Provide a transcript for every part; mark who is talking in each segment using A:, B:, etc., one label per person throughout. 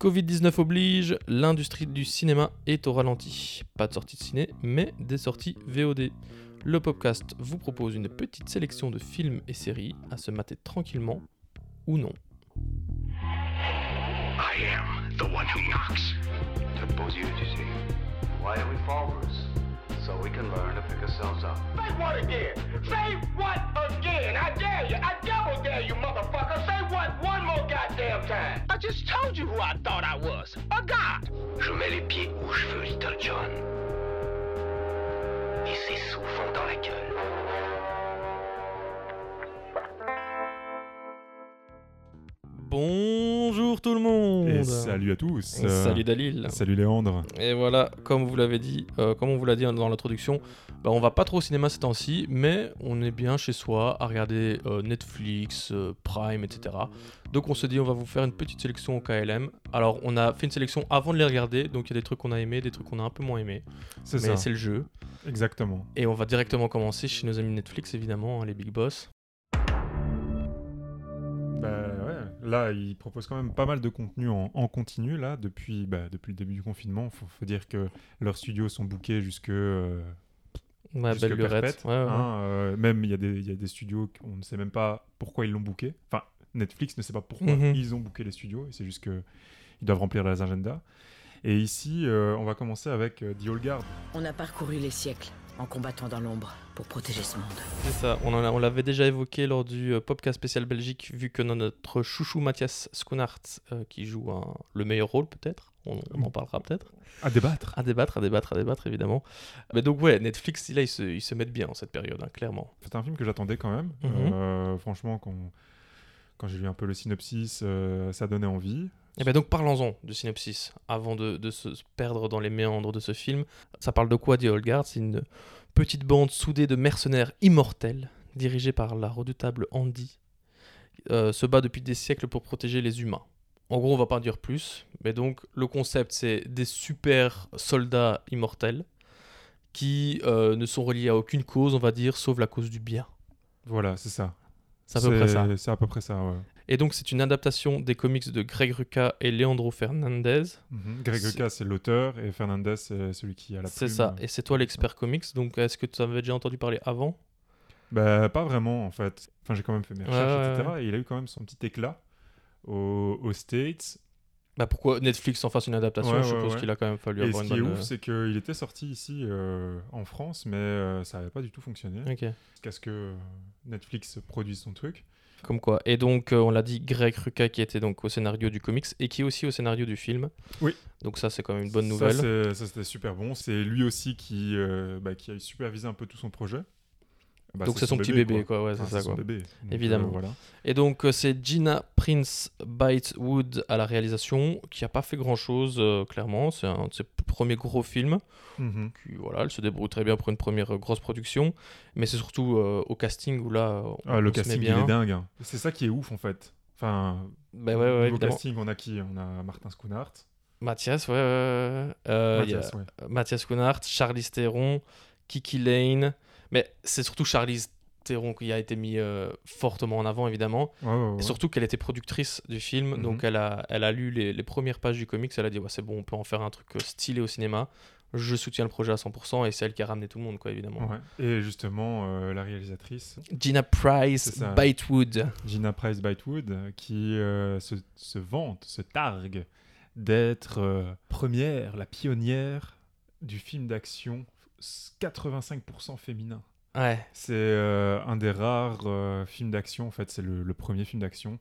A: Covid-19 oblige, l'industrie du cinéma est au ralenti. Pas de sortie de ciné, mais des sorties VOD. Le podcast vous propose une petite sélection de films et séries à se mater tranquillement ou non.
B: I am the one who knocks.
C: Took those years, you see. Why do we fall for us? So we can learn to pick ourselves up.
B: Say what again? Say what again? I dare you. I double dare you, motherfucker. Say what one more goddamn time. I just told you who I thought I was. A god.
C: Je mets les pieds où je veux, Little John. Et c'est souvent dans la gueule.
A: Bonjour tout le monde
D: Et salut à tous. Euh,
A: Salut Dalil
D: salut Léandre.
A: Et voilà, comme vous l'avez dit, euh, comme on vous l'a dit dans l'introduction, bah, on va pas trop au cinéma ces temps-ci, mais on est bien chez soi à regarder euh, Netflix, euh, Prime, etc. Donc on se dit on va vous faire une petite sélection au KLM. Alors on a fait une sélection avant de les regarder, donc il y a des trucs qu'on a aimés, des trucs qu'on a un peu moins aimés,
D: C'est
A: mais
D: ça,
A: c'est le jeu.
D: exactement.
A: Et on va directement commencer chez nos amis Netflix évidemment, hein, les big boss.
D: Bah ouais, là, ils proposent quand même pas mal de contenu en, en continu, là, depuis, bah, depuis le début du confinement. Faut, faut dire que leurs studios sont bookés jusque... euh,
A: Ouais,
D: jusque
A: belle lurette.
D: perpète,
A: Ouais, Ah ouais, ouais.
D: hein, euh, même, il y, a des- il y a des studios qu'on ne sait même pas pourquoi ils l'ont booké. Enfin, Netflix ne sait pas pourquoi
A: Mhm.
D: ils ont booké les studios, et c'est juste que ils doivent remplir leurs agendas. Et ici, euh, on va commencer avec euh, The Old Guard.
E: On a parcouru les siècles en combattant dans l'ombre pour protéger ce monde.
A: C'est ça, on, en a- on l'avait déjà évoqué lors du euh, podcast spécial Belgique, vu que notre chouchou Mathias Schoenaert, euh, qui joue un- le meilleur rôle peut-être, on, on en parlera peut-être,
D: À débattre.
A: à débattre, à débattre, à débattre évidemment. Mais donc ouais, Netflix, là, ils se, ils se mettent bien en cette période, hein, clairement.
D: C'est un film que j'attendais quand même.
A: Mhm.
D: Euh, franchement, quand, quand j'ai lu un peu le synopsis, euh, ça donnait envie.
A: Et bien Eh ben donc parlons-en du synopsis, avant de, de se perdre dans les méandres de ce film. Ça parle de quoi, dit Holgard C'est une petite bande soudée de mercenaires immortels, dirigée par la redoutable Andy, euh, se bat depuis des siècles pour protéger les humains. En gros, on va pas en dire plus, mais donc le concept, c'est des super soldats immortels qui euh, ne sont reliés à aucune cause, on va dire, sauf la cause du bien.
D: Voilà, c'est ça.
A: C'est à peu près ça.
D: C'est à peu près ça, ouais.
A: Et donc, c'est une adaptation des comics de Greg Rucka et Leandro Fernandez.
D: Mhm. Greg
A: C'est-
D: Lucas, c'est l'auteur, et Fernandez, c'est celui qui a la euh.
A: C'est
D: plume.
A: ça, et c'est toi l'expert comics, donc est-ce que tu en avais déjà entendu parler avant
D: Bah, pas vraiment, en fait. Enfin, j'ai quand même fait mes
A: Ouais,
D: recherches,
A: ouais,
D: etc. Et il a eu quand même son petit éclat aux, aux States.
A: Bah pourquoi Netflix en fasse une adaptation,
D: Ouais,
A: je
D: ouais,
A: suppose
D: ouais.
A: qu'il a quand même fallu
D: Et ce
A: avoir
D: qui
A: une
D: est
A: bonne... euh,
D: ouf, c'est qu'il était sorti ici euh, en France, mais euh, ça n'avait pas du tout fonctionné.
A: euh, Ok,
D: Jusqu'à ce que euh, Netflix produise son truc.
A: comme quoi. Et donc, euh, on l'a dit, Greg Rucka qui était donc au scénario du comics et qui est aussi au scénario du film.
D: Oui.
A: Donc ça, c'est quand même une bonne
D: Ça,
A: nouvelle.
D: c'est- Ça, c'était super bon. C'est lui aussi qui, euh, bah, qui a supervisé un peu tout son projet. Bah,
A: donc c'est son, petit bébé, quoi, ouais, c'est
D: Enfin,
A: ça,
D: Ah, son
A: quoi.
D: bébé. Donc,
A: Évidemment.
D: euh, voilà.
A: Et donc, euh, c'est Gina Prince Bytewood à la réalisation, qui a pas fait grand-chose, euh, clairement. C'est un de ses premiers gros films.
D: Mhm.
A: Qui, voilà, elle se débrouille très bien pour une première euh, grosse production. Mais c'est surtout euh, au casting où là, euh, on,
D: Ah, le
A: on se met
D: casting, il
A: bien.
D: est dingue. hein. C'est ça qui est ouf, en fait. Enfin,
A: Bah ouais, ouais,
D: niveau
A: évidemment.
D: casting, on a qui On a Martin Schoonart.
A: Mathias, ouais, ouais, ouais. Euh, il y a
D: Mathias, ouais.
A: Mathias Cunard, Charlie Theron, Kiki Lane. Mais c'est surtout Charlie Theron qui a été mis euh, fortement en avant, évidemment.
D: Ouais, ouais, ouais.
A: Et surtout qu'elle était productrice du film,
D: Mhm.
A: donc elle a, elle a lu les, les premières pages du comics, elle a dit ouais, c'est bon, on peut en faire un truc euh, stylé au cinéma. Je soutiens le projet à 100% et c'est elle qui a ramené tout le monde, quoi, évidemment.
D: Ouais. Et justement, euh, la réalisatrice,
A: Gina Price
D: C'est ça.
A: Bytewood.
D: Gina Price Bytewood, euh, qui euh, se, se vante, se targue d'être euh, première, la pionnière du film d'action 85% féminin.
A: Ouais,
D: C'est euh, un des rares euh, films d'action, en fait, c'est le, le premier film d'action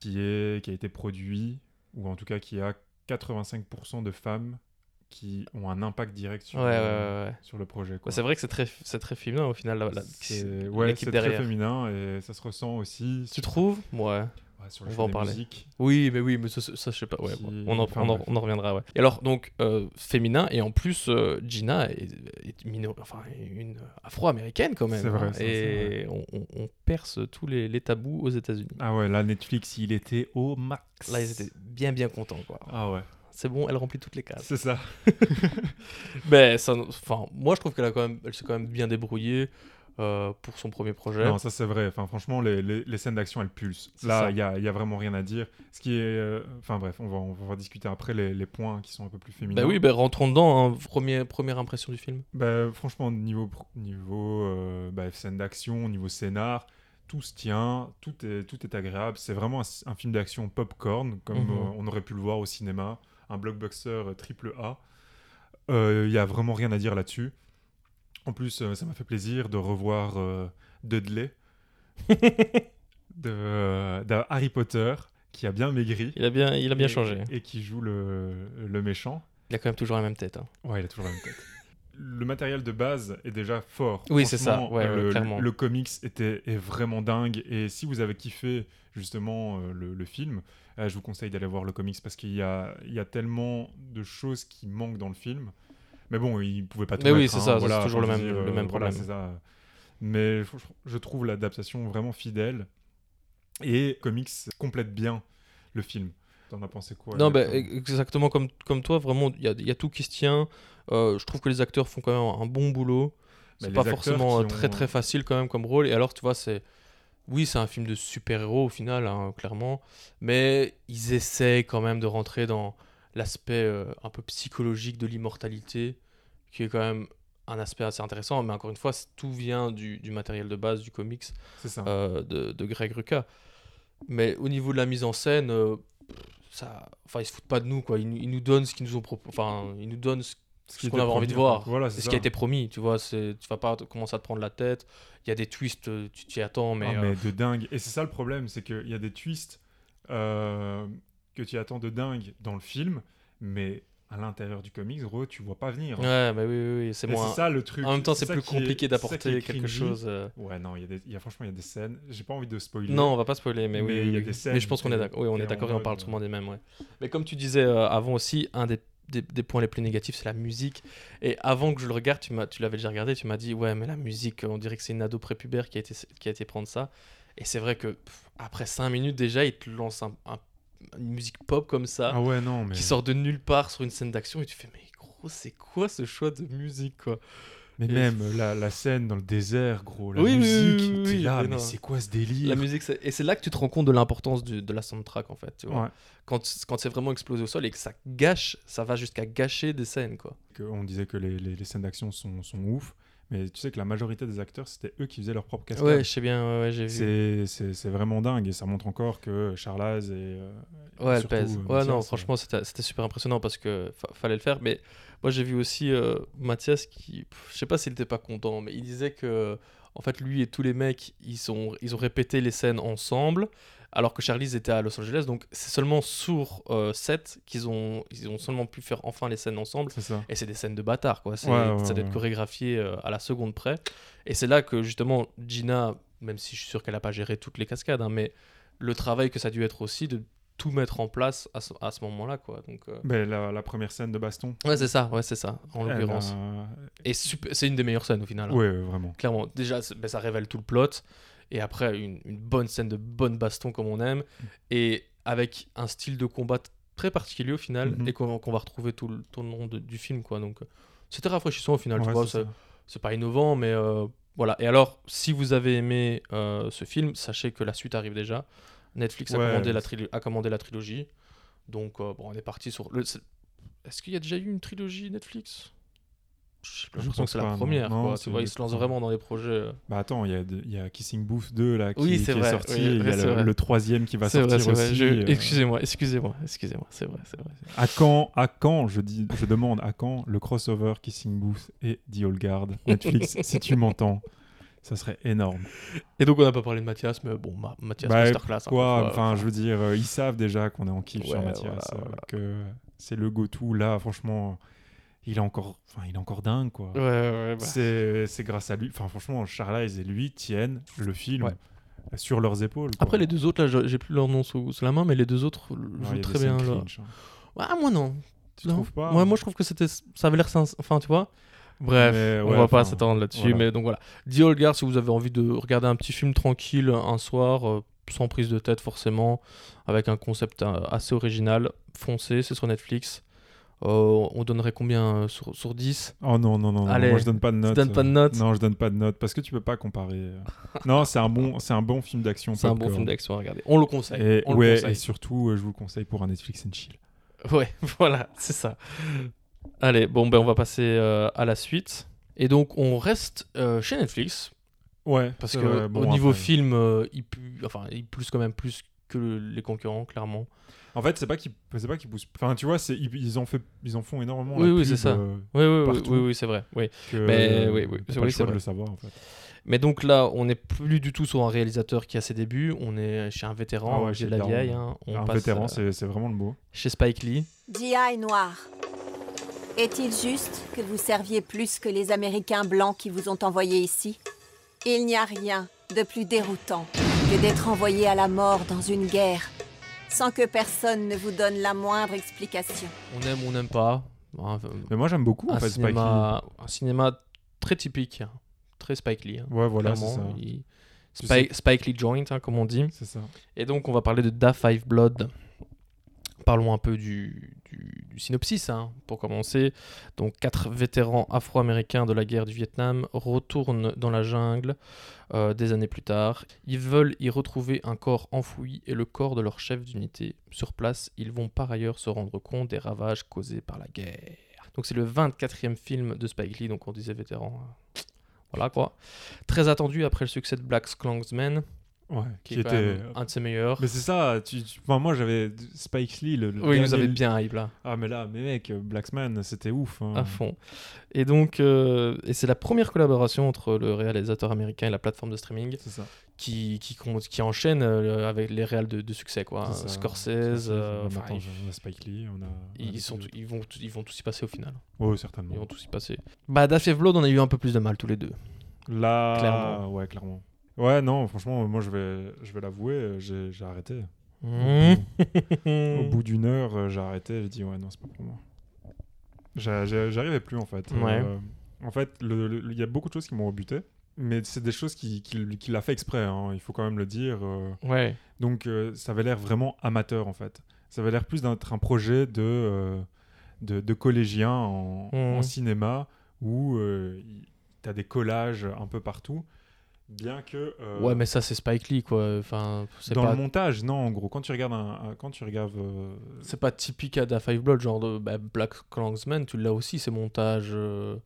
D: qui, est, qui a été produit, ou en tout cas qui a 85% de femmes qui ont un impact direct sur,
A: ouais, ouais, ouais.
D: euh,
A: ouais.
D: sur le projet.
A: Ouais,
D: quoi.
A: c'est vrai que c'est très, c'est très féminin au final, la- la-
D: C'est- ouais,
A: l'équipe
D: c'est très
A: derrière.
D: féminin et ça se ressent aussi
A: Tu
D: sur,
A: trouves Ouais.
D: ouais, sur
A: On
D: le
A: va en
D: choix des
A: parler.
D: musiques.
A: Oui, mais oui, mais ça, ça- ça, je sais pas. Ouais,
D: Qui-
A: bon, on, en,
D: enfin,
A: on en-
D: bref.
A: on en reviendra. Ouais. Et alors, donc, euh, féminin, et en plus, euh, Gina est, est mino- enfin, une afro-américaine quand même.
D: C'est vrai,
A: hein,
D: ça,
A: et on, on- on perce tous les, les tabous aux États-Unis.
D: Ah ouais, là Netflix, il était au max.
A: Là, ils étaient Ah. bien, bien contents, quoi.
D: Ah ouais,
A: C'est bon, elle remplit toutes les cases.
D: c'est ça.
A: Mais ça, enfin, moi, je trouve qu'elle a quand même, elle s'est quand même bien débrouillée. euh, pour son premier projet.
D: Non, ça c'est vrai. Enfin, franchement, les, les- les scènes d'action, elles pulsent.
A: C'est ça.
D: Là, il n'y a, il y a vraiment rien à dire. Ce qui est... euh, Enfin bref, on va, on va discuter après les, les points qui sont un peu plus féminins.
A: bah oui, bah, rentrons dedans, hein, premier- première impression du film.
D: Bah, franchement, niveau, pro- niveau euh, bah, scène d'action, niveau scénar, tout se tient, tout est, tout est agréable. C'est vraiment un, s- un film d'action popcorn, comme
A: Mhm.
D: euh, on aurait pu le voir au cinéma. Un blockbuster euh, triple A. Il n'y a vraiment rien à dire là-dessus. En plus, euh, ça m'a fait plaisir de revoir euh, Dudley de, euh, de Harry Potter, qui a bien maigri.
A: Il a bien, il a bien
D: et-
A: changé.
D: Et qui joue le- le méchant.
A: Il a quand même toujours la même tête. hein.
D: Ouais, il a toujours la même tête. Le matériel de base est déjà fort.
A: Oui, c'est ça,
D: Franchement,
A: ouais,
D: euh,
A: ouais,
D: le,
A: clairement.
D: le comics était, est vraiment dingue. Et si vous avez kiffé justement euh, le, le film, euh, je vous conseille d'aller voir le comics parce qu'il y a, il y a tellement de choses qui manquent dans le film. Mais bon, il ne pouvait pas tout
A: Mais oui,
D: mettre,
A: c'est
D: hein,
A: ça, c'est
D: voilà,
A: toujours le
D: enfin, je
A: même-
D: veux euh,
A: le même
D: voilà,
A: problème.
D: c'est ça. Mais je, je trouve l'adaptation vraiment fidèle. Et comics complète bien le film. T'en as pensé quoi
A: Non, bah,
D: exactement
A: exactement comme, comme toi, vraiment, il y a, il y a tout qui se tient. Euh, je trouve que les acteurs font quand même un bon boulot.
D: Bah,
A: C'est
D: les
A: pas
D: acteurs
A: forcément
D: qui
A: euh, très
D: ont-
A: très facile quand même comme rôle. Et alors, tu vois, c'est. Oui, c'est un film de super-héros au final, hein, clairement. Mais ils essaient quand même de rentrer dans l'aspect euh, un peu psychologique de l'immortalité, qui est quand même un aspect assez intéressant. Mais encore une fois, c'est- tout vient du, du matériel de base, du comics
D: C'est ça.
A: euh, de, de Greg Rucka. Mais au niveau de la mise en scène, euh, ça, enfin, ils se foutent pas de nous, quoi. Ils, nous- ils nous donnent ce qu'ils nous ont propo- enfin, ils nous donnent ce, ce
D: qui
A: qu'on
D: était
A: avait envie de
D: promis, en
A: voir.
D: fait. Voilà,
A: C'est
D: c'est
A: ce qui a
D: ça.
A: été promis, tu vois. C'est, tu vas pas te- commencer à te prendre la tête. Il y a des twists, euh, tu t'y attends, mais,
D: Ah,
A: euh,
D: de dingue. Et c'est ça le problème, c'est qu'il y a des twists euh, que tu attends de dingue dans le film, mais à l'intérieur du comics, gros, tu vois pas venir.
A: ouais, bah oui, oui, oui, c'est
D: Et
A: moins.
D: c'est ça le truc.
A: en même temps, c'est,
D: ça
A: plus
D: qui est-
A: compliqué
D: c'est ça qui
A: d'apporter
D: est
A: quelque
D: cringy.
A: chose. euh,
D: Ouais, non, il y a des- il y a, franchement, il y a des scènes. J'ai pas envie de spoiler.
A: Non, on va pas spoiler, mais, oui,
D: Mais
A: oui,
D: il y a
A: oui.
D: des scènes
A: Mais je pense qu'on est
D: que-
A: d'accord. Oui, on
D: t'es
A: est
D: en
A: d'accord et on
D: mode,
A: parle
D: euh,
A: sûrement des mêmes, ouais. Mais comme tu disais euh, avant aussi, un des, des- des points les plus négatifs, c'est la musique. Et avant que je le regarde, tu, m'as, tu l'avais déjà regardé, tu m'as dit Ouais, mais la musique, on dirait que c'est une ado prépubère qui a été, qui a été prendre ça. Et c'est vrai que pff, après 5 minutes, déjà, il te lance un- un- une musique pop comme ça,
D: Ah ouais, non, mais.
A: qui sort de nulle part sur une scène d'action, et tu fais Mais gros, c'est quoi ce choix de musique, quoi
D: Mais même la, la scène dans le désert, gros, la
A: Oui, oui,
D: musique,
A: oui, oui,
D: t'es
A: oui,
D: là,
A: mais
D: mais
A: non.
D: c'est quoi ce délire
A: La musique, c'est- et c'est là que tu te rends compte de l'importance du- de la soundtrack, en fait. Tu vois.
D: Ouais.
A: quand, quand c'est vraiment explosé au sol et que ça gâche, ça va jusqu'à gâcher des scènes, quoi.
D: Que- on disait que les, les- les scènes d'action sont, sont ouf, mais tu sais que la majorité des acteurs, c'était eux qui faisaient leur propre cascade.
A: Ouais, je sais bien, ouais, ouais, j'ai vu.
D: C'est- C'est c'est vraiment dingue et ça montre encore que Charlaz et. euh,
A: Ouais, elle
D: surtout,
A: pèse.
D: euh,
A: Ouais,
D: Mathias,
A: non,
D: euh,
A: franchement, c'était c'était super impressionnant parce que fa- fallait le faire. Mais moi, j'ai vu aussi euh, Mathias qui, pff, je sais pas s'il était pas content, mais il disait que, en fait, lui et tous les mecs, ils, sont, ils ont répété les scènes ensemble, alors que Charlize était à Los Angeles. Donc, c'est seulement sur euh, set qu'ils ont, ils ont seulement pu faire enfin les scènes ensemble.
D: C'est ça.
A: Et c'est des scènes de bâtard, quoi. C'est-
D: Ouais, ouais,
A: ça doit être
D: ouais.
A: chorégraphié euh, à la seconde près. Et c'est là que, justement, Gina, même si je suis sûr qu'elle n'a pas géré toutes les cascades, hein, mais le travail que ça a dû être aussi de tout mettre en place à ce, à ce moment-là, quoi. Donc, euh,
D: Mais la, la première scène de baston.
A: Ouais, c'est ça, ouais, c'est ça, en
D: elle
A: l'occurrence.
D: a-
A: Et sup- c'est une des meilleures scènes, au final. hein.
D: Eh ben, Ouais, ouais, vraiment.
A: Clairement, déjà, c'est- ben, ça révèle tout le plot. Et après, une, une bonne scène de bonne baston, comme on aime.
D: Mm.
A: Et avec un style de combat très particulier, au final,
D: Mhm.
A: et qu'on qu'on va retrouver tout le, tout le long de- du film, quoi. Donc, euh, c'était rafraîchissant, au final. tu
D: Ouais,
A: vois,
D: c'est
A: ça-
D: ça.
A: c'est pas innovant, mais euh, voilà. Et alors, si vous avez aimé euh, ce film, sachez que la suite arrive déjà. Netflix a,
D: Ouais,
A: commandé,
D: mais
A: la
D: c'est-
A: trilo- a commandé la trilogie. Donc, euh, bon, on est parti sur. Le... c'est- Est-ce qu'il y a déjà eu une trilogie Netflix J'ai
D: Je
A: l'impression que
D: pense
A: c'est la
D: pas, non.
A: première.
D: Non,
A: quoi.
D: c'est
A: Tu vois,
D: le-
A: ils se lancent vraiment dans des projets. euh.
D: Bah attends, il y, a de- il y a Kissing Booth 2 là, qui,
A: Oui,
D: qui
A: c'est
D: est
A: vrai,
D: sorti.
A: oui,
D: et il y
A: ouais,
D: a
A: c'est
D: le,
A: vrai.
D: le troisième qui va
A: C'est
D: sortir
A: vrai, c'est vrai.
D: aussi.
A: Je-
D: euh,
A: Excusez-moi, excusez-moi, excusez-moi. C'est vrai, c'est vrai.
D: À quand, à quand je, dis, je demande à quand le crossover Kissing Booth et The Old Guard Netflix, si tu m'entends, ça serait énorme.
A: Et donc, on n'a pas parlé de Mathias, mais bon, Ma- Mathias
D: Bah,
A: Masterclass. hein,
D: Quoi
A: parfois,
D: Enfin, je veux dire, euh, ils savent déjà qu'on est en kiff sur
A: Ouais,
D: Mathias,
A: voilà,
D: euh,
A: voilà.
D: que c'est le go-to. Là, franchement, il est encore, enfin, il est encore dingue, quoi.
A: Ouais, ouais, ouais. bah.
D: C'est c'est grâce à lui. Enfin, franchement, Charlize et lui tiennent le film
A: Ouais.
D: sur leurs épaules. quoi.
A: Après, les deux autres, là, je- j'ai plus leur nom sous, sous la main, mais les deux autres
D: Ouais,
A: le
D: il y
A: jouent
D: a
A: très
D: des
A: bien.
D: scènes
A: là.
D: cringe, hein.
A: Ah, moi non.
D: Tu
A: Non.
D: trouves pas hein
A: Ouais, moi je trouve que c'était ça avait l'air sincère. Enfin, tu vois. Bref,
D: Mais
A: on
D: ouais,
A: va pas
D: enfin,
A: s'attendre là-dessus.
D: voilà.
A: Mais donc voilà. The Old Guard, si vous avez envie de regarder un petit film tranquille un soir, euh, sans prise de tête forcément, avec un concept euh, assez original, foncez, c'est sur Netflix. Euh, on donnerait combien euh, sur, sur 10
D: Oh non, non, non, non,
A: Allez,
D: moi je donne pas de note.
A: donnes pas de note
D: Non, je donne pas de note parce que tu peux pas comparer. euh. non, c'est un, bon, c'est un bon film d'action.
A: C'est un bon
D: popcorn.
A: film d'action à regarder. On le conseille.
D: Et,
A: on
D: ouais,
A: le conseille.
D: et surtout, euh, je vous le conseille pour un Netflix and chill.
A: Ouais, voilà, c'est ça. Allez, bon, ben on va passer euh, à la suite. Et donc, on reste euh, chez Netflix,
D: Ouais,
A: parce
D: c'est
A: que
D: vrai, bon,
A: au niveau
D: après.
A: film, euh, il pue, enfin, il plus quand même plus que le- les concurrents, clairement.
D: En fait, c'est pas qu'ils c'est pas qu'ils poussent. Enfin, tu vois, c'est ils, ils en fait ils en font énormément.
A: Oui,
D: la
A: oui,
D: pub,
A: c'est ça.
D: euh,
A: Oui, oui, oui,
D: Partout.
A: oui, oui, c'est vrai. Oui.
D: que,
A: Mais
D: euh,
A: oui, oui, c'est
D: t'as pas
A: vrai,
D: le
A: c'est
D: choix de
A: vrai.
D: le savoir en fait.
A: Mais donc là, on n'est plus du tout sur un réalisateur qui a ses débuts. On est chez un vétéran,
D: Ah ouais,
A: chez
D: chez
A: de la
D: Daron.
A: vieille. hein. On
D: un
A: passe,
D: vétéran,
A: euh,
D: c'est- c'est vraiment le mot.
A: chez Spike Lee.
F: D.I. noir. Est-il juste que vous serviez plus que les Américains blancs qui vous ont envoyé ici Il n'y a rien de plus déroutant que d'être envoyé à la mort dans une guerre sans que personne ne vous donne la moindre explication.
A: On aime, on n'aime pas. Un,
D: Mais moi, j'aime beaucoup en
A: un
D: fait Spike Lee.
A: cinéma, un cinéma très typique, hein. très Spike Lee. hein.
D: Ouais, voilà, c'est
A: Clairement,
D: ça.
A: il-
D: Tu
A: Spike, Spike Lee Joint, hein, comme on dit.
D: C'est ça.
A: Et donc, on va parler de Da Five Blood. Parlons un peu du, du- du synopsis, hein, pour commencer. Donc, quatre vétérans afro-américains de la guerre du Vietnam retournent dans la jungle euh, des années plus tard. Ils veulent y retrouver un corps enfoui et le corps de leur chef d'unité. Sur place, ils vont par ailleurs se rendre compte des ravages causés par la guerre. Donc, c'est le 24e film de Spike Lee, donc on disait vétéran. hein. Voilà quoi. Très attendu après le succès de Black Klansman,
D: Ouais,
A: qui,
D: qui,
A: est quand
D: était.
A: même un de ses meilleurs.
D: Mais c'est ça. Tu, tu- enfin, moi, j'avais Spike Lee. Le, le
A: Oui, vous
D: dernier-
A: avez bien hype là,
D: Ah, mais là, mais mec, Blacksman, c'était ouf. hein.
A: à fond. Et donc, euh, et c'est la première collaboration entre le réalisateur américain et la plateforme de streaming
D: C'est ça.
A: qui, qui, compte- qui enchaîne euh, avec les réals de, de succès, quoi. hein.
D: C'est ça.
A: Scorsese,
D: Scorsese,
A: euh,
D: on a
A: enfin,
D: Martin-
A: ils-
D: on a Spike Lee, on a. on a
A: ils,
D: des-
A: sont, tous- ils, vont, tous- ils vont tous y passer au final. hein.
D: Oh, certainement.
A: Ils vont tous y passer. Bah, Daft et Blood, on a eu un peu plus de mal tous les deux.
D: Là,
A: Clairement.
D: ouais, clairement. Ouais, non, franchement, moi, je vais, je vais l'avouer, euh, j'ai j'ai arrêté. Mmh. Au
A: Mm.
D: bout d'une heure, euh, j'ai arrêté, j'ai dit, ouais, non, c'est pas pour moi. J'a- j'a- J'arrivais plus, en fait.
A: Ouais.
D: Euh, en fait, le- le- il y a beaucoup de choses qui m'ont rebuté, mais c'est des choses qu'il qui, qu'il a fait exprès, hein, il faut quand même le dire. euh.
A: Ouais,
D: Donc, euh, ça avait l'air vraiment amateur, en fait. Ça avait l'air plus d'être un projet de, euh, de, de collégien en,
A: Mhm.
D: en cinéma où euh, tu as des collages un peu partout. Bien que. euh,
A: ouais mais ça, c'est Spike Lee, quoi. Enfin, c'est
D: dans
A: pas,
D: le montage, non, en gros, quand tu regardes. Un, un- quand tu regardes euh,
A: c'est pas typique à Da Five Blood, genre de, bah, Black Klansman, tu l'as aussi, ces montages euh,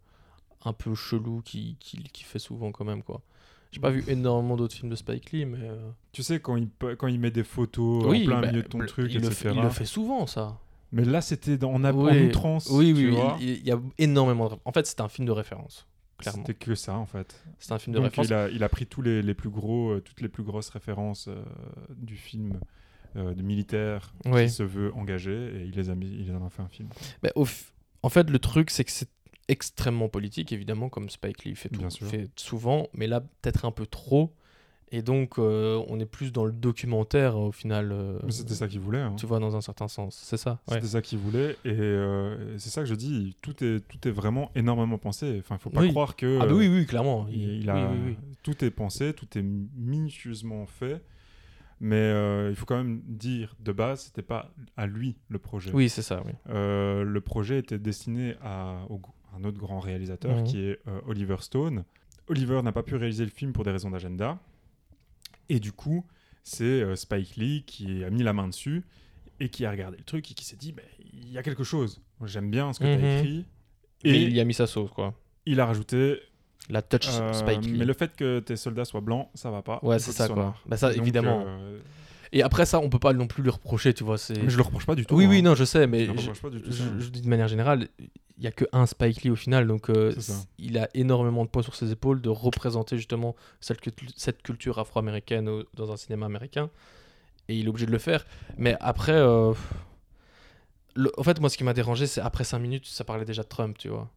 A: un peu chelous qui, qui, qui fait souvent quand même, quoi. J'ai pas vu énormément d'autres films de Spike Lee, mais... euh,
D: Tu sais, quand il, pe- quand il met des photos en plein
A: bah,
D: milieu de ton
A: bl-
D: truc,
A: il le, fait,
D: etc.
A: il le fait souvent, ça.
D: Mais là, c'était dans- en, ab- en
A: Oui.
D: outrance.
A: Oui,
D: tu
A: oui,
D: vois.
A: il, il y a énormément de... En fait, c'est un film de référence, clairement.
D: C'était que ça, en fait.
A: C'est un film de
D: Donc,
A: référence.
D: il a, il a pris tous les, les plus gros, euh, toutes les plus grosses références euh, du film euh, de militaire
A: Oui.
D: qui se veut engagé et il les a mis, il en a fait un film.
A: Bah, au f- En fait, le truc, c'est que c'est extrêmement politique, évidemment, comme Spike Lee fait, tout-
D: Bien sûr.
A: fait souvent, mais là, peut-être un peu trop. Et donc, euh, on est plus dans le documentaire, au final. euh,
D: Mais c'était ça qu'il voulait. hein.
A: Tu vois, dans un certain sens. C'est ça. ouais.
D: C'était ça qu'il voulait et euh, c'est ça que je dis. Tout est, tout est vraiment énormément pensé. Enfin, faut pas
A: Oui.
D: croire que.
A: Ah, bah
D: euh,
A: oui, oui, clairement.
D: Il,
A: Il,
D: il a,
A: oui, oui, oui.
D: Tout est pensé, tout est minutieusement fait. Mais euh, il faut quand même dire, de base, c'était pas à lui le projet.
A: Oui, c'est ça. Oui.
D: Euh, le projet était destiné à au- un autre grand réalisateur
A: Mhm.
D: qui est euh, Oliver Stone. Oliver n'a pas pu réaliser le film pour des raisons d'agenda. Et du coup, c'est euh, Spike Lee qui a mis la main dessus et qui a regardé le truc et qui s'est dit, Bah, il y a quelque chose. J'aime bien ce que tu
A: Mhm.
D: as écrit.
A: Mais
D: Et
A: il y a mis sa sauce, quoi.
D: il a rajouté
A: La touch
D: euh,
A: Spike Lee.
D: Mais le fait que tes soldats soient blancs, ça va pas.
A: Ouais,
D: Il faut
A: c'est
D: qu'ils
A: ça,
D: soient
A: quoi.
D: noirs.
A: Bah ça,
D: Donc,
A: évidemment.
D: euh,
A: Et après ça, on peut pas non plus lui reprocher, tu vois. C'est.
D: mais je le reproche pas du tout.
A: Oui,
D: hein.
A: oui, non, je sais,
D: Je
A: mais
D: le
A: je,
D: reproche pas du tout. ça.
A: je- je dis de manière générale, il y a que un Spike Lee au final, donc euh,
D: C'est ça.
A: c- il a énormément de poids sur ses épaules de représenter justement cette, cult- cette culture afro-américaine au- dans un cinéma américain, et il est obligé de le faire. Mais après, euh, le- en fait, moi, ce qui m'a dérangé, c'est après 5 minutes, ça parlait déjà de Trump, tu vois.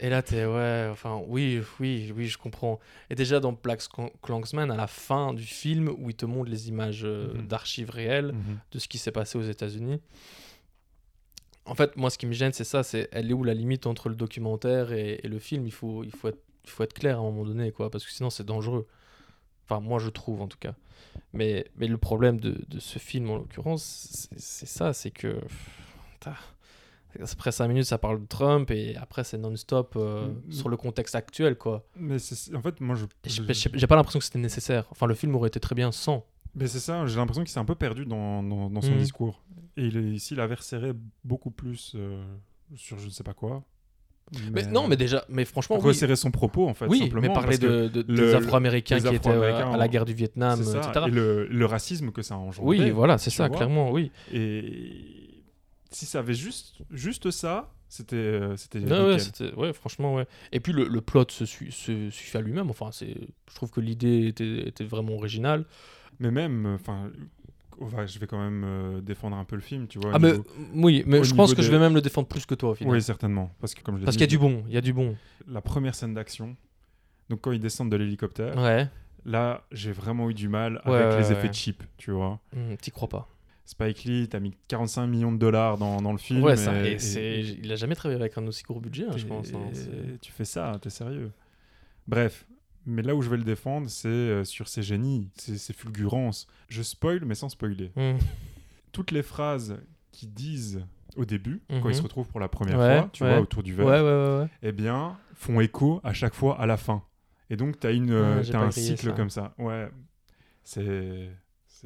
A: Et là, t'es ouais, enfin, oui, oui, oui, je comprends. Et déjà dans Black Sc- Klansman, à la fin du film, où il te montre les images euh,
D: Mhm.
A: d'archives réelles
D: Mhm.
A: de ce qui s'est passé aux États-Unis. En fait, moi, ce qui me gêne, c'est ça, c'est elle est où la limite entre le documentaire et, et le film Il faut, il faut être, il faut être clair à un moment donné, quoi, parce que sinon c'est dangereux. Enfin, moi, je trouve en tout cas. Mais, mais le problème de, de ce film, en l'occurrence, c'est- c'est ça, c'est que pff, t'as- Après 5 minutes, ça parle de Trump et après, c'est non-stop euh,
D: Mm.
A: sur le contexte actuel, quoi.
D: Mais c'est- en fait, moi, je.
A: Et
D: je-
A: J'ai j'ai- j'ai pas l'impression que c'était nécessaire. Enfin, le film aurait été très bien sans.
D: Mais Ben, c'est ça, j'ai l'impression qu'il s'est un peu perdu dans, dans- dans son
A: Mm.
D: discours. Et il est- s'il avait resserré beaucoup plus euh, sur je ne sais pas quoi.
A: Mais, non, mais déjà, mais franchement, oui,
D: Resserrer son propos, en fait.
A: oui
D: simplement,
A: mais parler
D: parce que
A: de, de-
D: le-
A: des
D: le-
A: Afro-Américains
D: les
A: qui étaient euh,
D: Afro-Américains
A: à la
D: en-
A: guerre du Vietnam,
D: c'est ça,
A: etc.
D: Et le, le racisme que ça a engendré.
A: Oui, voilà, c'est
D: tu
A: ça,
D: vois.
A: clairement, oui.
D: Et si ça avait juste, juste ça, c'était. euh, c'était
A: Ah Ouais, ouais,
D: nickel.
A: c'était- ouais, franchement, ouais. Et puis le, le plot se, su- se suffit à lui-même. Enfin, c'est, je trouve que l'idée était, était vraiment originale.
D: mais même, enfin, oh, je vais quand même euh, défendre un peu le film, tu vois.
A: ah,
D: au
A: mais
D: niveau-
A: oui, mais
D: au
A: je pense
D: niveau
A: que je
D: des-
A: vais même le défendre plus que toi au final.
D: Oui, certainement. Parce que, comme je l'ai
A: Parce
D: dit,
A: qu'il y a du bon, il y a du bon.
D: la première scène d'action, donc quand ils descendent de l'hélicoptère,
A: Ouais.
D: là, j'ai vraiment eu du mal
A: Ouais,
D: avec les
A: ouais, ouais.
D: effets cheap, tu vois.
A: Hmm, T'y crois pas.
D: Spike Lee, t'as mis 45 millions de dollars dans, dans le film.
A: ouais, ça,
D: et-
A: et c'est- il a jamais travaillé avec un aussi court budget, hein, je
D: et-
A: pense. hein, c'est-
D: Tu fais ça, t'es sérieux. Bref, mais là où je vais le défendre, c'est euh, sur ses génies, ses, ses fulgurances. Je spoil, mais sans spoiler.
A: Hmm.
D: Toutes les phrases qu'ils disent au début, quand
A: Mhm.
D: ils se retrouvent pour la première
A: Ouais,
D: fois, tu
A: ouais.
D: vois, autour du
A: Ouais,
D: verre,
A: ouais, ouais. ouais.
D: eh bien, font écho à chaque fois à la fin. Et donc, t'as une,
A: Ah,
D: euh,
A: j'ai
D: t'as
A: pas
D: un
A: grillé
D: cycle
A: ça.
D: comme ça. Ouais, c'est. c'est-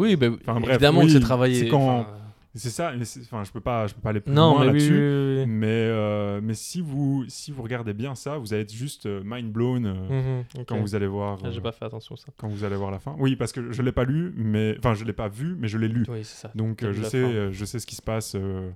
A: Oui, bah,
D: Enfin, bref,
A: évidemment
D: oui,
A: que c'est travaillé.
D: c'est quand-
A: enfin,
D: C'est ça, mais c'est- enfin, je peux pas, je peux pas aller plus
A: Non,
D: loin
A: mais oui,
D: là-dessus.
A: oui, oui, oui.
D: Mais, euh, mais si, vous, si vous regardez bien ça, vous allez être juste euh, mind blown euh,
A: Mhm, ok.
D: quand, vous allez voir,
A: Ah, J'ai
D: euh,
A: pas fait attention à ça.
D: quand vous allez voir la fin. Oui, parce que je l'ai pas lu, mais enfin, je l'ai pas vu, mais je l'ai lu.
A: Oui, c'est ça.
D: Donc, euh,
A: T'as vu
D: je,
A: la
D: sais,
A: fin.
D: euh, je sais ce qui se passe euh,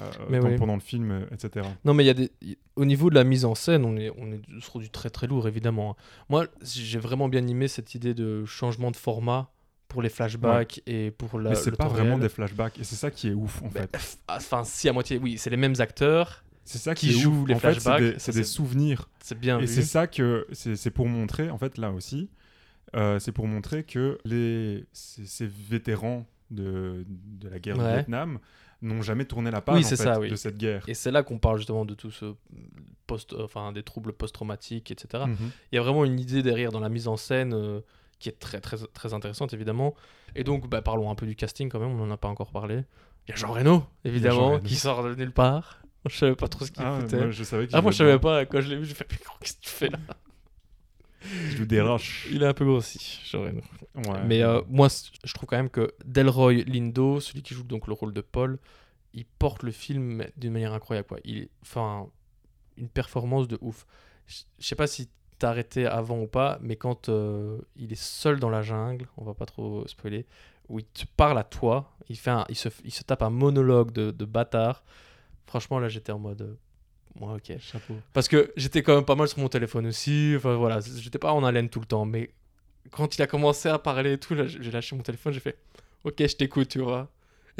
D: euh,
A: Mais
D: dans-
A: oui.
D: pendant le film, euh, etc.
A: Non, mais il y a des... y- au niveau de la mise en scène, on est, on est sur du très très lourd, évidemment. hein. Moi, j'ai vraiment bien aimé cette idée de changement de format pour les flashbacks et pour la.
D: mais c'est
A: le
D: pas
A: temps
D: vraiment des
A: réel.
D: flashbacks, et c'est ça qui est ouf, en
A: Bah,
D: fait.
A: f- ah, Enfin, si, à moitié, oui, c'est les mêmes acteurs,
D: C'est ça
A: qui
D: qui, est
A: jouent
D: ouf.
A: les
D: en fait, c'est
A: flashbacks,
D: des-
A: ça,
D: c'est des
A: c'est-
D: souvenirs.
A: c'est bien
D: Et
A: vu.
D: c'est ça que c'est c'est pour montrer, en fait, là aussi, euh, c'est pour montrer que les, ces, ces vétérans de, de la guerre
A: Ouais.
D: du Vietnam n'ont jamais tourné la page
A: Oui,
D: en
A: c'est
D: fait,
A: ça, oui.
D: de cette guerre.
A: Et c'est là qu'on parle justement de tout ce post, enfin des troubles post-traumatiques, etc.
D: Mhm.
A: Il y a vraiment une idée derrière dans la mise en scène euh, qui est très très très intéressante évidemment. Et donc bah, parlons un peu du casting quand même, on n'en a pas encore parlé. Il y a Jean Reno évidemment
D: Reno.
A: qui sort de nulle part. Je savais pas trop ce qu'il
D: Ah,
A: foutait.
D: moi, je savais qu'il
A: ah moi
D: jouait
A: je savais
D: dedans.
A: pas quand je l'ai vu, j'ai fait mais gros, qu'est-ce que tu fais là
D: Il joue des roches.
A: Il est un peu grossi, Jean Reno.
D: Ouais.
A: Mais euh, moi c- je trouve quand même que Delroy Lindo, celui qui joue donc le rôle de Paul, il porte le film d'une manière incroyable quoi. Il enfin une performance de ouf. Je je sais pas si t'as arrêté avant ou pas, mais quand euh, il est seul dans la jungle, on va pas trop spoiler, où il te parle à toi, il, fait un- il, se, il se tape un monologue de, de bâtard. Franchement, là, j'étais en mode. euh, Moi, ok.
D: Chapeau.
A: Parce que j'étais quand même pas mal sur mon téléphone aussi. Enfin, voilà, c- j'étais pas en haleine tout le temps. Mais quand il a commencé à parler et tout, là, j'ai j'ai lâché mon téléphone, j'ai fait Ok, je t'écoute, tu vois.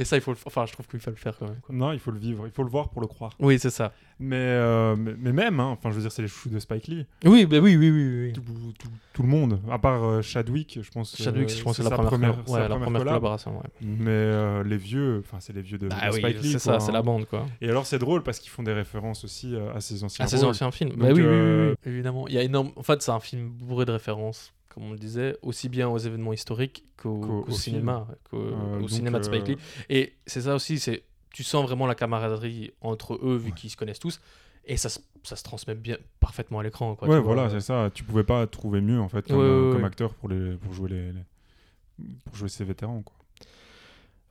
A: Et ça, il faut le f- Enfin, je trouve qu'il faut le faire quand même. quoi.
D: Non, il faut le vivre, il faut le voir pour le croire.
A: Oui, c'est ça.
D: Mais, euh, mais, mais même, hein, enfin, je veux dire, c'est les chouchous de Spike Lee.
A: Oui, bah oui, oui, oui. oui.
D: Tout, tout- tout le monde, à part euh, Chadwick, je pense.
A: Chadwick,
D: euh,
A: je pense que c'est
D: sa
A: la première, ouais,
D: sa
A: la première
D: collab.
A: collaboration. Ouais.
D: Mais euh, les vieux, enfin, c'est les vieux de, de
A: Bah oui,
D: Spike Lee.
A: c'est ça,
D: quoi,
A: c'est
D: hein.
A: la bande, quoi.
D: Et alors c'est drôle parce qu'ils font des références aussi euh, à ses anciens
A: Ah, c'est
D: rôles.
A: anciens films.
D: Donc,
A: Bah oui, oui, oui,
D: euh,
A: oui, évidemment. Il y a énorme... En fait, c'est un film bourré de références, comme on le disait, aussi bien aux événements historiques qu'au
D: Qu'au-
A: qu'au
D: au
A: cinéma, qu'au
D: Euh,
A: au
D: donc,
A: cinéma de Spike
D: euh,
A: Lee. Et c'est ça aussi, c'est tu sens vraiment la camaraderie entre eux, vu qu'ils se connaissent tous, et ça, se- ça se transmet bien parfaitement à l'écran. quoi,
D: ouais,
A: tu vois.
D: voilà, c'est ça. Tu pouvais pas trouver mieux en fait comme,
A: Ouais, ouais,
D: euh,
A: ouais.
D: comme acteur pour les pour jouer les, les- pour jouer ses vétérans quoi.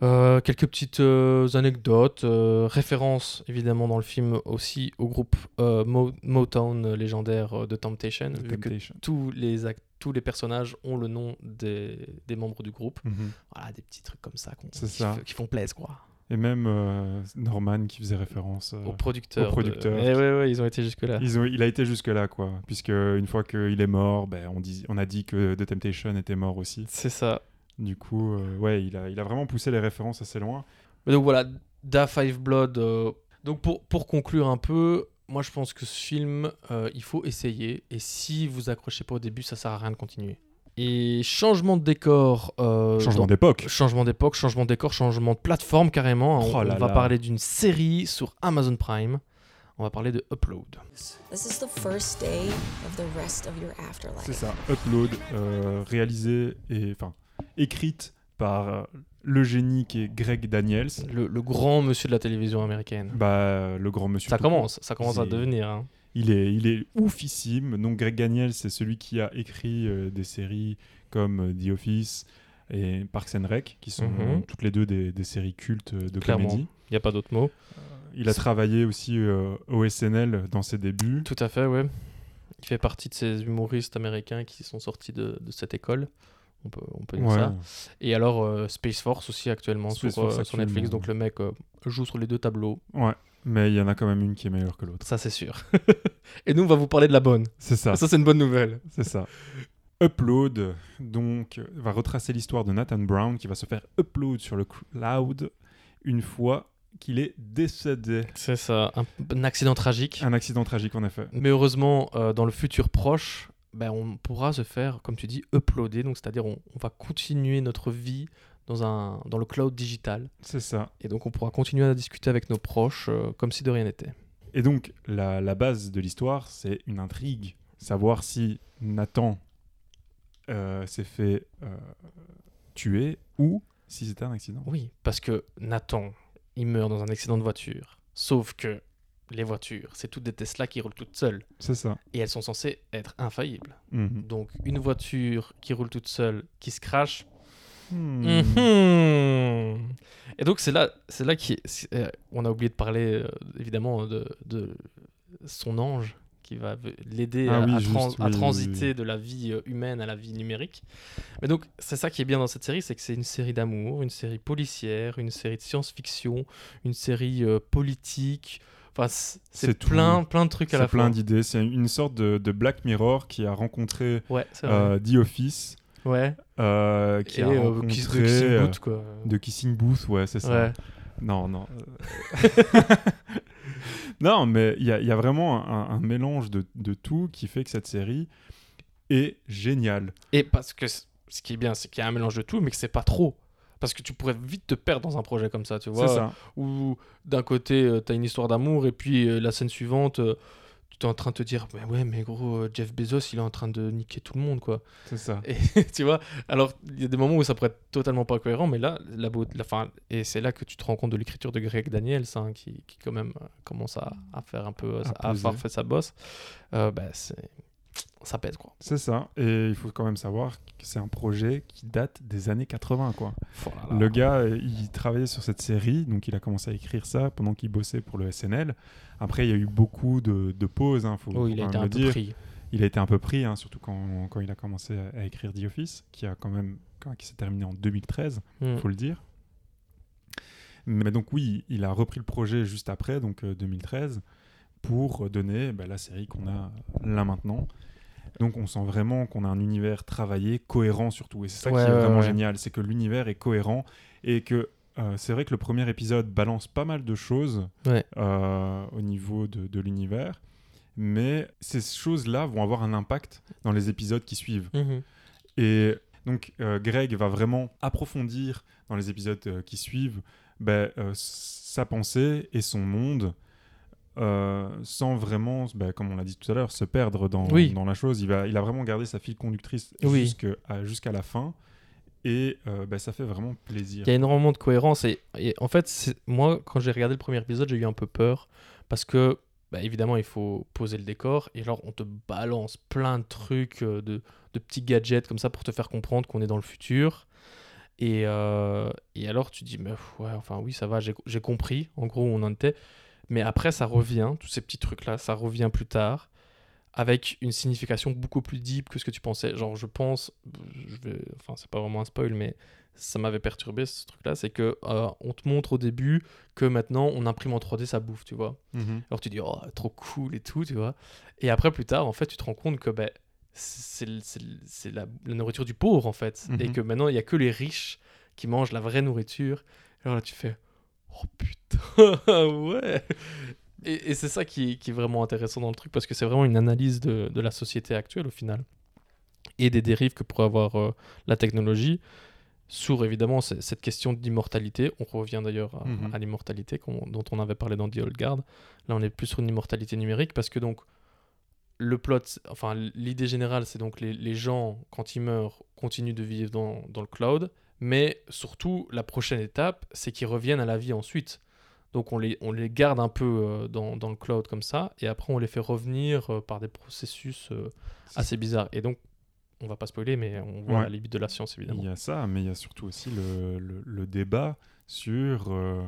A: Euh, quelques petites euh, anecdotes, euh, références évidemment dans le film aussi au groupe euh, Mo- Motown légendaire euh, de Temptation,
D: The
A: vu que
D: Temptation.
A: tous les, act- tous les personnages ont le nom des, des membres du groupe.
D: Mhm.
A: Voilà, des petits trucs comme ça, qu'on-
D: C'est
A: qui,
D: ça.
A: f- qui font plaisir, quoi.
D: Et même euh, Norman qui faisait référence. euh,
A: Aux producteurs.
D: aux producteurs.
A: de- Eh ouais, ouais, ils ont été jusque-là.
D: ils ont, il a été jusque là quoi, puisque une fois qu'il est mort, ben, on dit on a dit que The Temptation était mort aussi.
A: C'est ça.
D: Du coup, euh, ouais, il a il a vraiment poussé les références assez loin.
A: Mais donc voilà, Da Five Blood. euh, Donc pour, pour conclure un peu, moi je pense que ce film, euh, il faut essayer. Et si vous accrochez pas au début, ça sert à rien de continuer. Et changement de décor. euh,
D: Changement
A: dans-
D: d'époque.
A: Changement d'époque, changement de décor, changement de plateforme carrément. On,
D: Oh là
A: on va
D: là.
A: parler d'une série sur Amazon Prime. On va parler de Upload.
G: This is the first day of the rest of your afterlife.
D: C'est ça, Upload, euh, réalisée et enfin écrite par euh, le génie qui est Greg Daniels,
A: Le, le grand monsieur de la télévision américaine.
D: bah, le grand monsieur.
A: Ça
D: tout
A: commence, ça commence à
D: C'est-
A: devenir. hein.
D: Il est, il est oufissime. Donc Greg Daniels, c'est celui qui a écrit euh, des séries comme euh, The Office et Parks and Rec, qui sont
A: Mhm.
D: euh, toutes les deux des, des séries cultes euh, de
A: Clairement.
D: comédie.
A: Il n'y a pas d'autre mot.
D: Il a travaillé aussi euh, au SNL dans ses débuts.
A: Tout à fait, ouais. Il fait partie de ces humoristes américains qui sont sortis de, de cette école. On peut, on peut dire
D: Ouais.
A: ça. Et alors, euh, Space Force aussi actuellement
D: Space
A: sur, euh,
D: Force
A: sur
D: actuellement,
A: Netflix. Donc
D: ouais.
A: le mec euh, joue sur les deux tableaux.
D: Ouais. Mais il y en a quand même une qui est meilleure que l'autre.
A: Ça, c'est sûr. Ah. Et nous, on va vous parler de la bonne.
D: C'est ça.
A: Ça, c'est une bonne nouvelle.
D: C'est ça. Upload, donc, va retracer l'histoire de Nathan Brown qui va se faire upload sur le cloud une fois qu'il est décédé.
A: C'est ça, un, un accident tragique.
D: Un accident tragique, en effet.
A: Mais heureusement, euh, dans le futur proche, ben, on pourra se faire, comme tu dis, uploader. Donc, c'est-à-dire, on, on va continuer notre vie dans, un, dans le cloud digital.
D: C'est ça.
A: Et donc, on pourra continuer à discuter avec nos proches euh, comme si de rien n'était.
D: Et donc, la, la base de l'histoire, c'est une intrigue. Savoir si Nathan euh, s'est fait euh, tuer ou si c'était un accident.
A: Oui, parce que Nathan, il meurt dans un accident de voiture. Sauf que les voitures, c'est toutes des Tesla qui roulent toutes seules.
D: C'est ça.
A: Et elles sont censées être infaillibles.
D: Mhm.
A: Donc, une voiture qui roule toute seule, qui se crache,
D: Mhm.
A: Mhm. Et donc c'est là, c'est là qui, c'est- euh, on a oublié de parler euh, évidemment de, de son ange qui va v- l'aider
D: Ah
A: à,
D: oui,
A: à
D: juste,
A: trans- à
D: oui, oui,
A: transiter
D: oui.
A: de la vie euh, humaine à la vie numérique. Mais donc c'est ça qui est bien dans cette série, c'est que c'est une série d'amour, une série policière, une série de science-fiction, une série euh, politique. Enfin, c- c'est
D: C'est tout.
A: plein, plein de trucs à la
D: C'est plein
A: fois.
D: d'idées. C'est une sorte de, de Black Mirror qui a rencontré
A: Ouais, c'est vrai.
D: euh, The Office.
A: ouais.
D: Euh, qui
A: Et,
D: a
A: euh,
D: rencontré,
A: qui- de Kissing
D: euh,
A: Booth, quoi.
D: de Kissing Booth, ouais, c'est ça.
A: Ouais.
D: Non, non. non, mais il y a, il y a vraiment un, un mélange de, de tout qui fait que cette série est géniale.
A: Et parce que c- ce qui est bien, c'est qu'il y a un mélange de tout, mais que c'est pas trop. Parce que tu pourrais vite te perdre dans un projet comme ça, tu vois.
D: c'est ça.
A: Où d'un côté, euh, t'as une histoire d'amour, et puis euh, la scène suivante, euh, tu t'es en train de te dire, mais ouais, mais gros, euh, Jeff Bezos, il est en train de niquer tout le monde, quoi.
D: C'est ça.
A: Et tu vois, alors il y a des moments où ça pourrait être totalement pas cohérent, mais là, la beauté, la, fin, et c'est là que tu te rends compte de l'écriture de Greg Daniels, hein, qui, qui quand même euh, commence à, à faire un peu, euh,
D: À
A: à avoir
D: peser.
A: fait sa bosse. Euh, bah, c'est- ça pète, quoi.
D: C'est ça. Et il faut quand même savoir que c'est un projet qui date des années 80, quoi.
A: Voilà.
D: Le gars, euh, il travaillait sur cette série, donc il a commencé à écrire ça pendant qu'il bossait pour le SNL. Après, il y a eu beaucoup de, de pauses, hein, faut,
A: Oh,
D: faut
A: il a
D: quand
A: été
D: même
A: un
D: le
A: peu
D: dire.
A: pris.
D: Il a été un peu pris, hein, surtout quand, quand il a commencé à, à écrire The Office, qui a quand même quand- qui s'est terminé en 2013,
A: Mm.
D: faut le dire. Mais donc oui, il a repris le projet juste après, donc euh, 2013, pour donner bah, la série qu'on a là maintenant. Donc on sent vraiment qu'on a un univers travaillé, cohérent surtout. Et c'est ça
A: Ouais,
D: qui est
A: ouais,
D: vraiment
A: ouais.
D: génial, c'est que l'univers est cohérent et que euh, c'est vrai que le premier épisode balance pas mal de choses
A: Ouais.
D: euh, au niveau de, de l'univers, mais ces choses-là vont avoir un impact dans les épisodes qui suivent.
A: Mhm.
D: Et donc euh, Greg va vraiment approfondir dans les épisodes euh, qui suivent ben, euh, sa pensée et son monde. euh, sans vraiment, ben, comme on l'a dit tout à l'heure, se perdre dans,
A: Oui.
D: dans la chose. Il, va, il a vraiment gardé sa file conductrice
A: Oui.
D: jusque- à- jusqu'à la fin. Et euh, ben, ça fait vraiment plaisir.
A: Il y a énormément de cohérence. Et, et en fait, c'est- moi, quand j'ai regardé le premier épisode, j'ai eu un peu peur. Parce que, bah, évidemment, il faut poser le décor. Et alors, on te balance plein de trucs, euh, de, de petits gadgets comme ça pour te faire comprendre qu'on est dans le futur. Et, euh, et alors, tu dis, mais pff, ouais, enfin, oui, ça va, j'ai j'ai compris, en gros, où on en était. Mais après, ça revient, tous ces petits trucs-là, ça revient plus tard avec une signification beaucoup plus deep que ce que tu pensais. Genre, je pense, je vais, enfin, c'est pas vraiment un spoil, mais ça m'avait perturbé ce truc-là, c'est que euh, on te montre au début que maintenant on imprime en 3D sa bouffe, tu vois.
D: Mhm.
A: Alors tu dis, oh, trop cool et tout, tu vois. Et après, plus tard, en fait, tu te rends compte que ben, c'est le- c'est le- c'est la, la nourriture du pauvre, en fait.
D: Mhm.
A: Et que maintenant, il n'y a que les riches qui mangent la vraie nourriture. Alors là, tu fais, oh putain, ouais. Et, et c'est ça qui, est- qui est vraiment intéressant dans le truc, parce que c'est vraiment une analyse de, de la société actuelle, au final, et des dérives que pourrait avoir euh, la technologie. Sur évidemment c- cette question d'immortalité, on revient d'ailleurs à,
D: Mhm.
A: à l'immortalité qu'on- dont on avait parlé dans The Old Guard. Là, on est plus sur une immortalité numérique parce que donc le plot, c'est- enfin l'idée générale, c'est donc les, les gens quand ils meurent continuent de vivre dans, dans le cloud, Mais surtout, la prochaine étape, c'est qu'ils reviennent à la vie ensuite. Donc on les, on les garde un peu euh, dans, dans le cloud comme ça, et après on les fait revenir euh, par des processus euh, assez bizarres. Et donc, on va pas spoiler, mais on voit
D: Ouais.
A: la limite de la science, évidemment.
D: Il y a ça, mais il y a surtout aussi le, le- le débat sur, euh,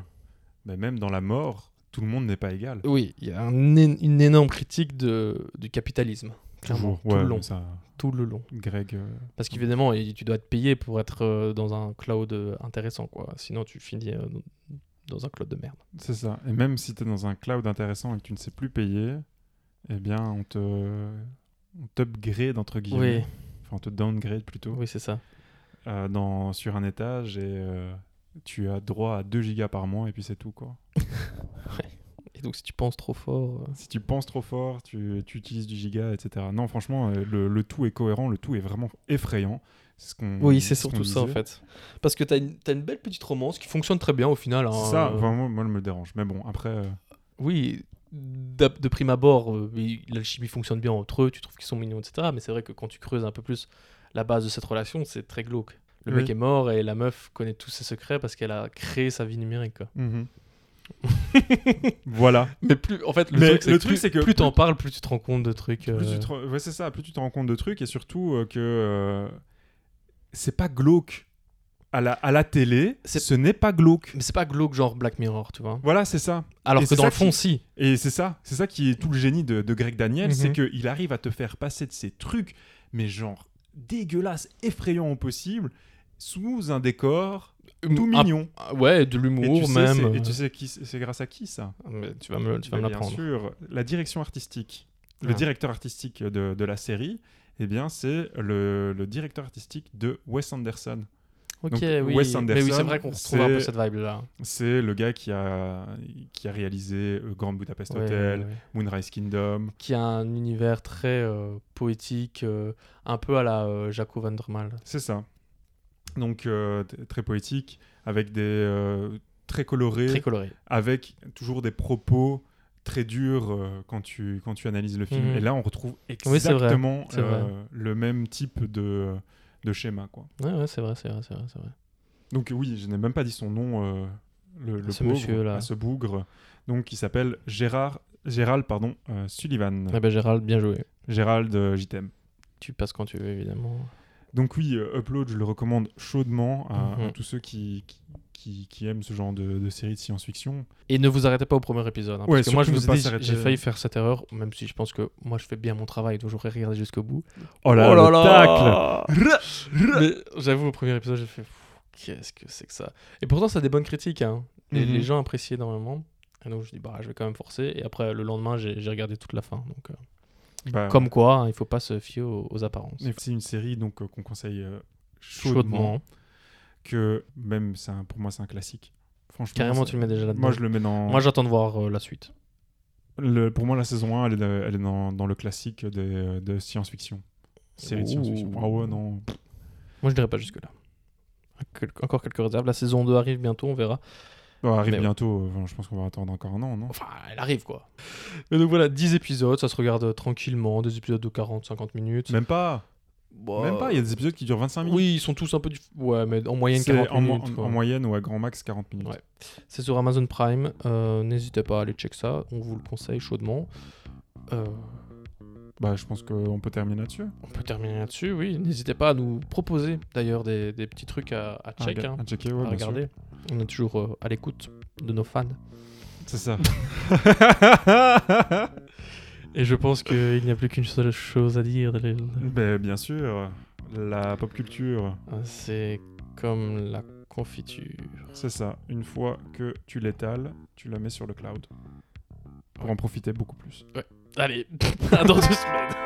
D: bah, même dans la mort, tout le monde n'est pas égal.
A: Oui, il y a un é- une énorme critique de, du capitalisme, clairement,
D: Toujours. Ouais,
A: tout le long.
D: mais ça,
A: Tout le long.
D: Greg, euh,
A: Parce qu'évidemment, il- tu dois te payer pour être euh, dans un cloud euh, intéressant, quoi. Sinon, tu finis euh, dans un cloud de merde.
D: c'est ça. Et même si tu es dans un cloud intéressant et que tu ne sais plus payer, eh bien, on te on t'upgrade, entre guillemets.
A: Oui.
D: Enfin, on te downgrade plutôt
A: Oui, c'est ça.
D: euh, dans, sur un étage et euh, tu as droit à 2 gigas par mois et puis c'est tout, quoi.
A: Et donc, si tu penses trop fort. euh,
D: Si tu penses trop fort, tu, tu utilises du giga, etc. Non, franchement, euh, le, le tout est cohérent, le tout est vraiment effrayant. C'est ce qu'on-
A: Oui, c'est
D: ce qu'on
A: surtout ça, en
D: disait.
A: fait. Parce que t'as une, t'as une belle petite romance qui fonctionne très bien au final. hein,
D: C'est ça,
A: euh,
D: enfin, moi, moi, elle me dérange. Mais bon, après, euh,
A: Oui, d'ab- de prime abord, euh, oui, l'alchimie fonctionne bien entre eux, tu trouves qu'ils sont mignons, etc. Mais c'est vrai que quand tu creuses un peu plus la base de cette relation, c'est très glauque. Le mec
D: Oui.
A: est mort et la meuf connaît tous ses secrets parce qu'elle a créé sa vie numérique. quoi.
D: mhm. voilà.
A: Mais plus, en fait, le
D: Mais
A: truc, c'est
D: le
A: que
D: truc,
A: plus-
D: c'est que
A: plus t'en
D: plus-
A: parles, plus tu te rends compte de trucs.
D: Plus
A: euh,
D: tu te re- ouais, c'est ça, plus tu te rends compte de trucs et surtout euh, que euh, c'est pas glauque. À la, à la télé,
A: C'est-
D: ce n'est pas glauque.
A: Mais c'est pas glauque genre Black Mirror, tu vois.
D: Voilà, c'est ça.
A: Alors
D: Et
A: que
D: c'est
A: dans
D: ça
A: le fond, si.
D: qui- Et c'est ça, c'est ça qui est tout le génie de, de Greg Daniel,
A: Mhm.
D: c'est qu'il arrive à te faire passer de ces trucs, mais genre dégueulasses, effrayants au possible, sous un décor tout
A: Un-
D: mignon.
A: Ouais, de
D: Et tu
A: l'humour
D: sais,
A: même.
D: c'est- et tu
A: euh,
D: sais qui, c'est c'est grâce à qui ça
A: mais tu vas me, tu vas
D: Mais
A: me
D: Bien
A: l'apprendre.
D: sûr, la direction artistique, le
A: Ah.
D: directeur artistique de, de la série, eh bien c'est le, le directeur artistique de Wes Anderson.
A: Ok,
D: Donc,
A: oui.
D: Wes
A: mais oui, c'est
D: Anderson,
A: vrai qu'on retrouve un peu
D: c'est-
A: cette vibe là.
D: C'est le gars qui a, qui a réalisé euh, Grand Budapest
A: Ouais,
D: Hotel,
A: ouais, ouais.
D: Moonrise Kingdom.
A: Qui a un univers très euh, poétique, euh, un peu à la euh, Jaco van der Maal.
D: C'est ça. Donc euh, t- très poétique, avec des euh, très colorés,
A: Très coloré.
D: avec toujours des propos très durs euh, quand tu quand tu analyses le film.
A: Mhm.
D: Et là, on retrouve
A: Oui, c'est vrai,
D: exactement
A: c'est vrai.
D: euh, le même type de de schéma, quoi.
A: Ouais, ouais, c'est vrai, c'est vrai, c'est vrai. c'est vrai.
D: Donc oui, je n'ai même pas dit son nom, euh, le, le
A: ce
D: pauvre,
A: monsieur-là.
D: à ce bougre, donc qui s'appelle Gérard Gérald pardon euh, Sullivan,
A: Eh ben, Gérald, bien joué.
D: Gérald euh, JTM.
A: Tu passes quand tu veux, évidemment.
D: Donc oui, euh, Upload, je le recommande chaudement à, à
A: Mhm.
D: tous ceux qui, qui, qui- qui aiment ce genre de, de série de science-fiction.
A: Et ne vous arrêtez pas au premier épisode. hein,
D: Ouais,
A: parce que moi, je
D: surtout
A: vous
D: ne
A: ai
D: pas
A: dit,
D: s'arrêter.
A: j'ai failli faire cette erreur, même si je pense que moi, je fais bien mon travail, donc j'aurais regardé jusqu'au bout.
D: Oh là là,
A: Mais J'avoue, au premier épisode, j'ai fait Pff, qu'est-ce que c'est que ça Et pourtant, ça a des bonnes critiques. Hein. Et
D: Mhm.
A: les gens apprécient énormément. Et donc, je dis, bah, je vais quand même forcer. Et après, le lendemain, j'ai j'ai regardé toute la fin. Donc, euh,
D: Ah.
A: Comme quoi, hein, il faut pas se fier aux, aux apparences.
D: Bah, c'est une série donc euh, qu'on conseille euh, chaudement,
A: Chaudement.
D: que même c'est un- pour moi c'est un classique. Franchement,
A: Carrément,
D: c'est-
A: tu le mets déjà là-dedans.
D: Moi je le mets dans.
A: Moi, j'attends de voir euh, la suite.
D: le- pour moi la saison 1 elle est, dans- elle est dans, dans le classique des- euh, de science-fiction. Série de
A: Ouh.
D: science-fiction. Ah ouais non.
A: Moi, je dirais pas jusque-là. Quel- Encore quelques réserves. La saison 2 arrive bientôt, on verra.
D: Bon, arrive
A: Mais-
D: bientôt. euh, enfin, je pense qu'on va attendre encore un an non.
A: Enfin, elle arrive, quoi. Et donc, voilà, 10 épisodes, ça se regarde euh, tranquillement. Des épisodes de 40-50 minutes.
D: Même pas.
A: Bah,
D: Même pas. Il y a des épisodes qui durent 25 minutes.
A: Oui, ils sont tous un peu... Du... Ouais, mais en moyenne,
D: C'est
A: 40
D: en, mo-
A: minutes.
D: en-
A: quoi.
D: en moyenne ou à grand max 40 minutes.
A: Ouais. C'est sur Amazon Prime. euh, N'hésitez pas à aller check ça. On vous le conseille chaudement. Euh,
D: Bah, je pense qu'on peut terminer là-dessus.
A: on peut terminer là-dessus, oui. N'hésitez pas à nous proposer d'ailleurs des, des petits trucs à, à
D: À
A: check,
D: ga-
A: hein,
D: à Ah, checker, ouais,
A: à
D: bien sûr.
A: regarder. On est toujours euh, à l'écoute de nos fans.
D: C'est ça.
A: Et je pense qu'il n'y a plus qu'une seule chose à dire.
D: Ben, bien sûr, la pop culture,
A: C'est comme la confiture.
D: c'est ça. Une fois que tu l'étales, tu la mets sur le cloud. Pour en profiter beaucoup plus.
A: Allez, à dans deux semaines.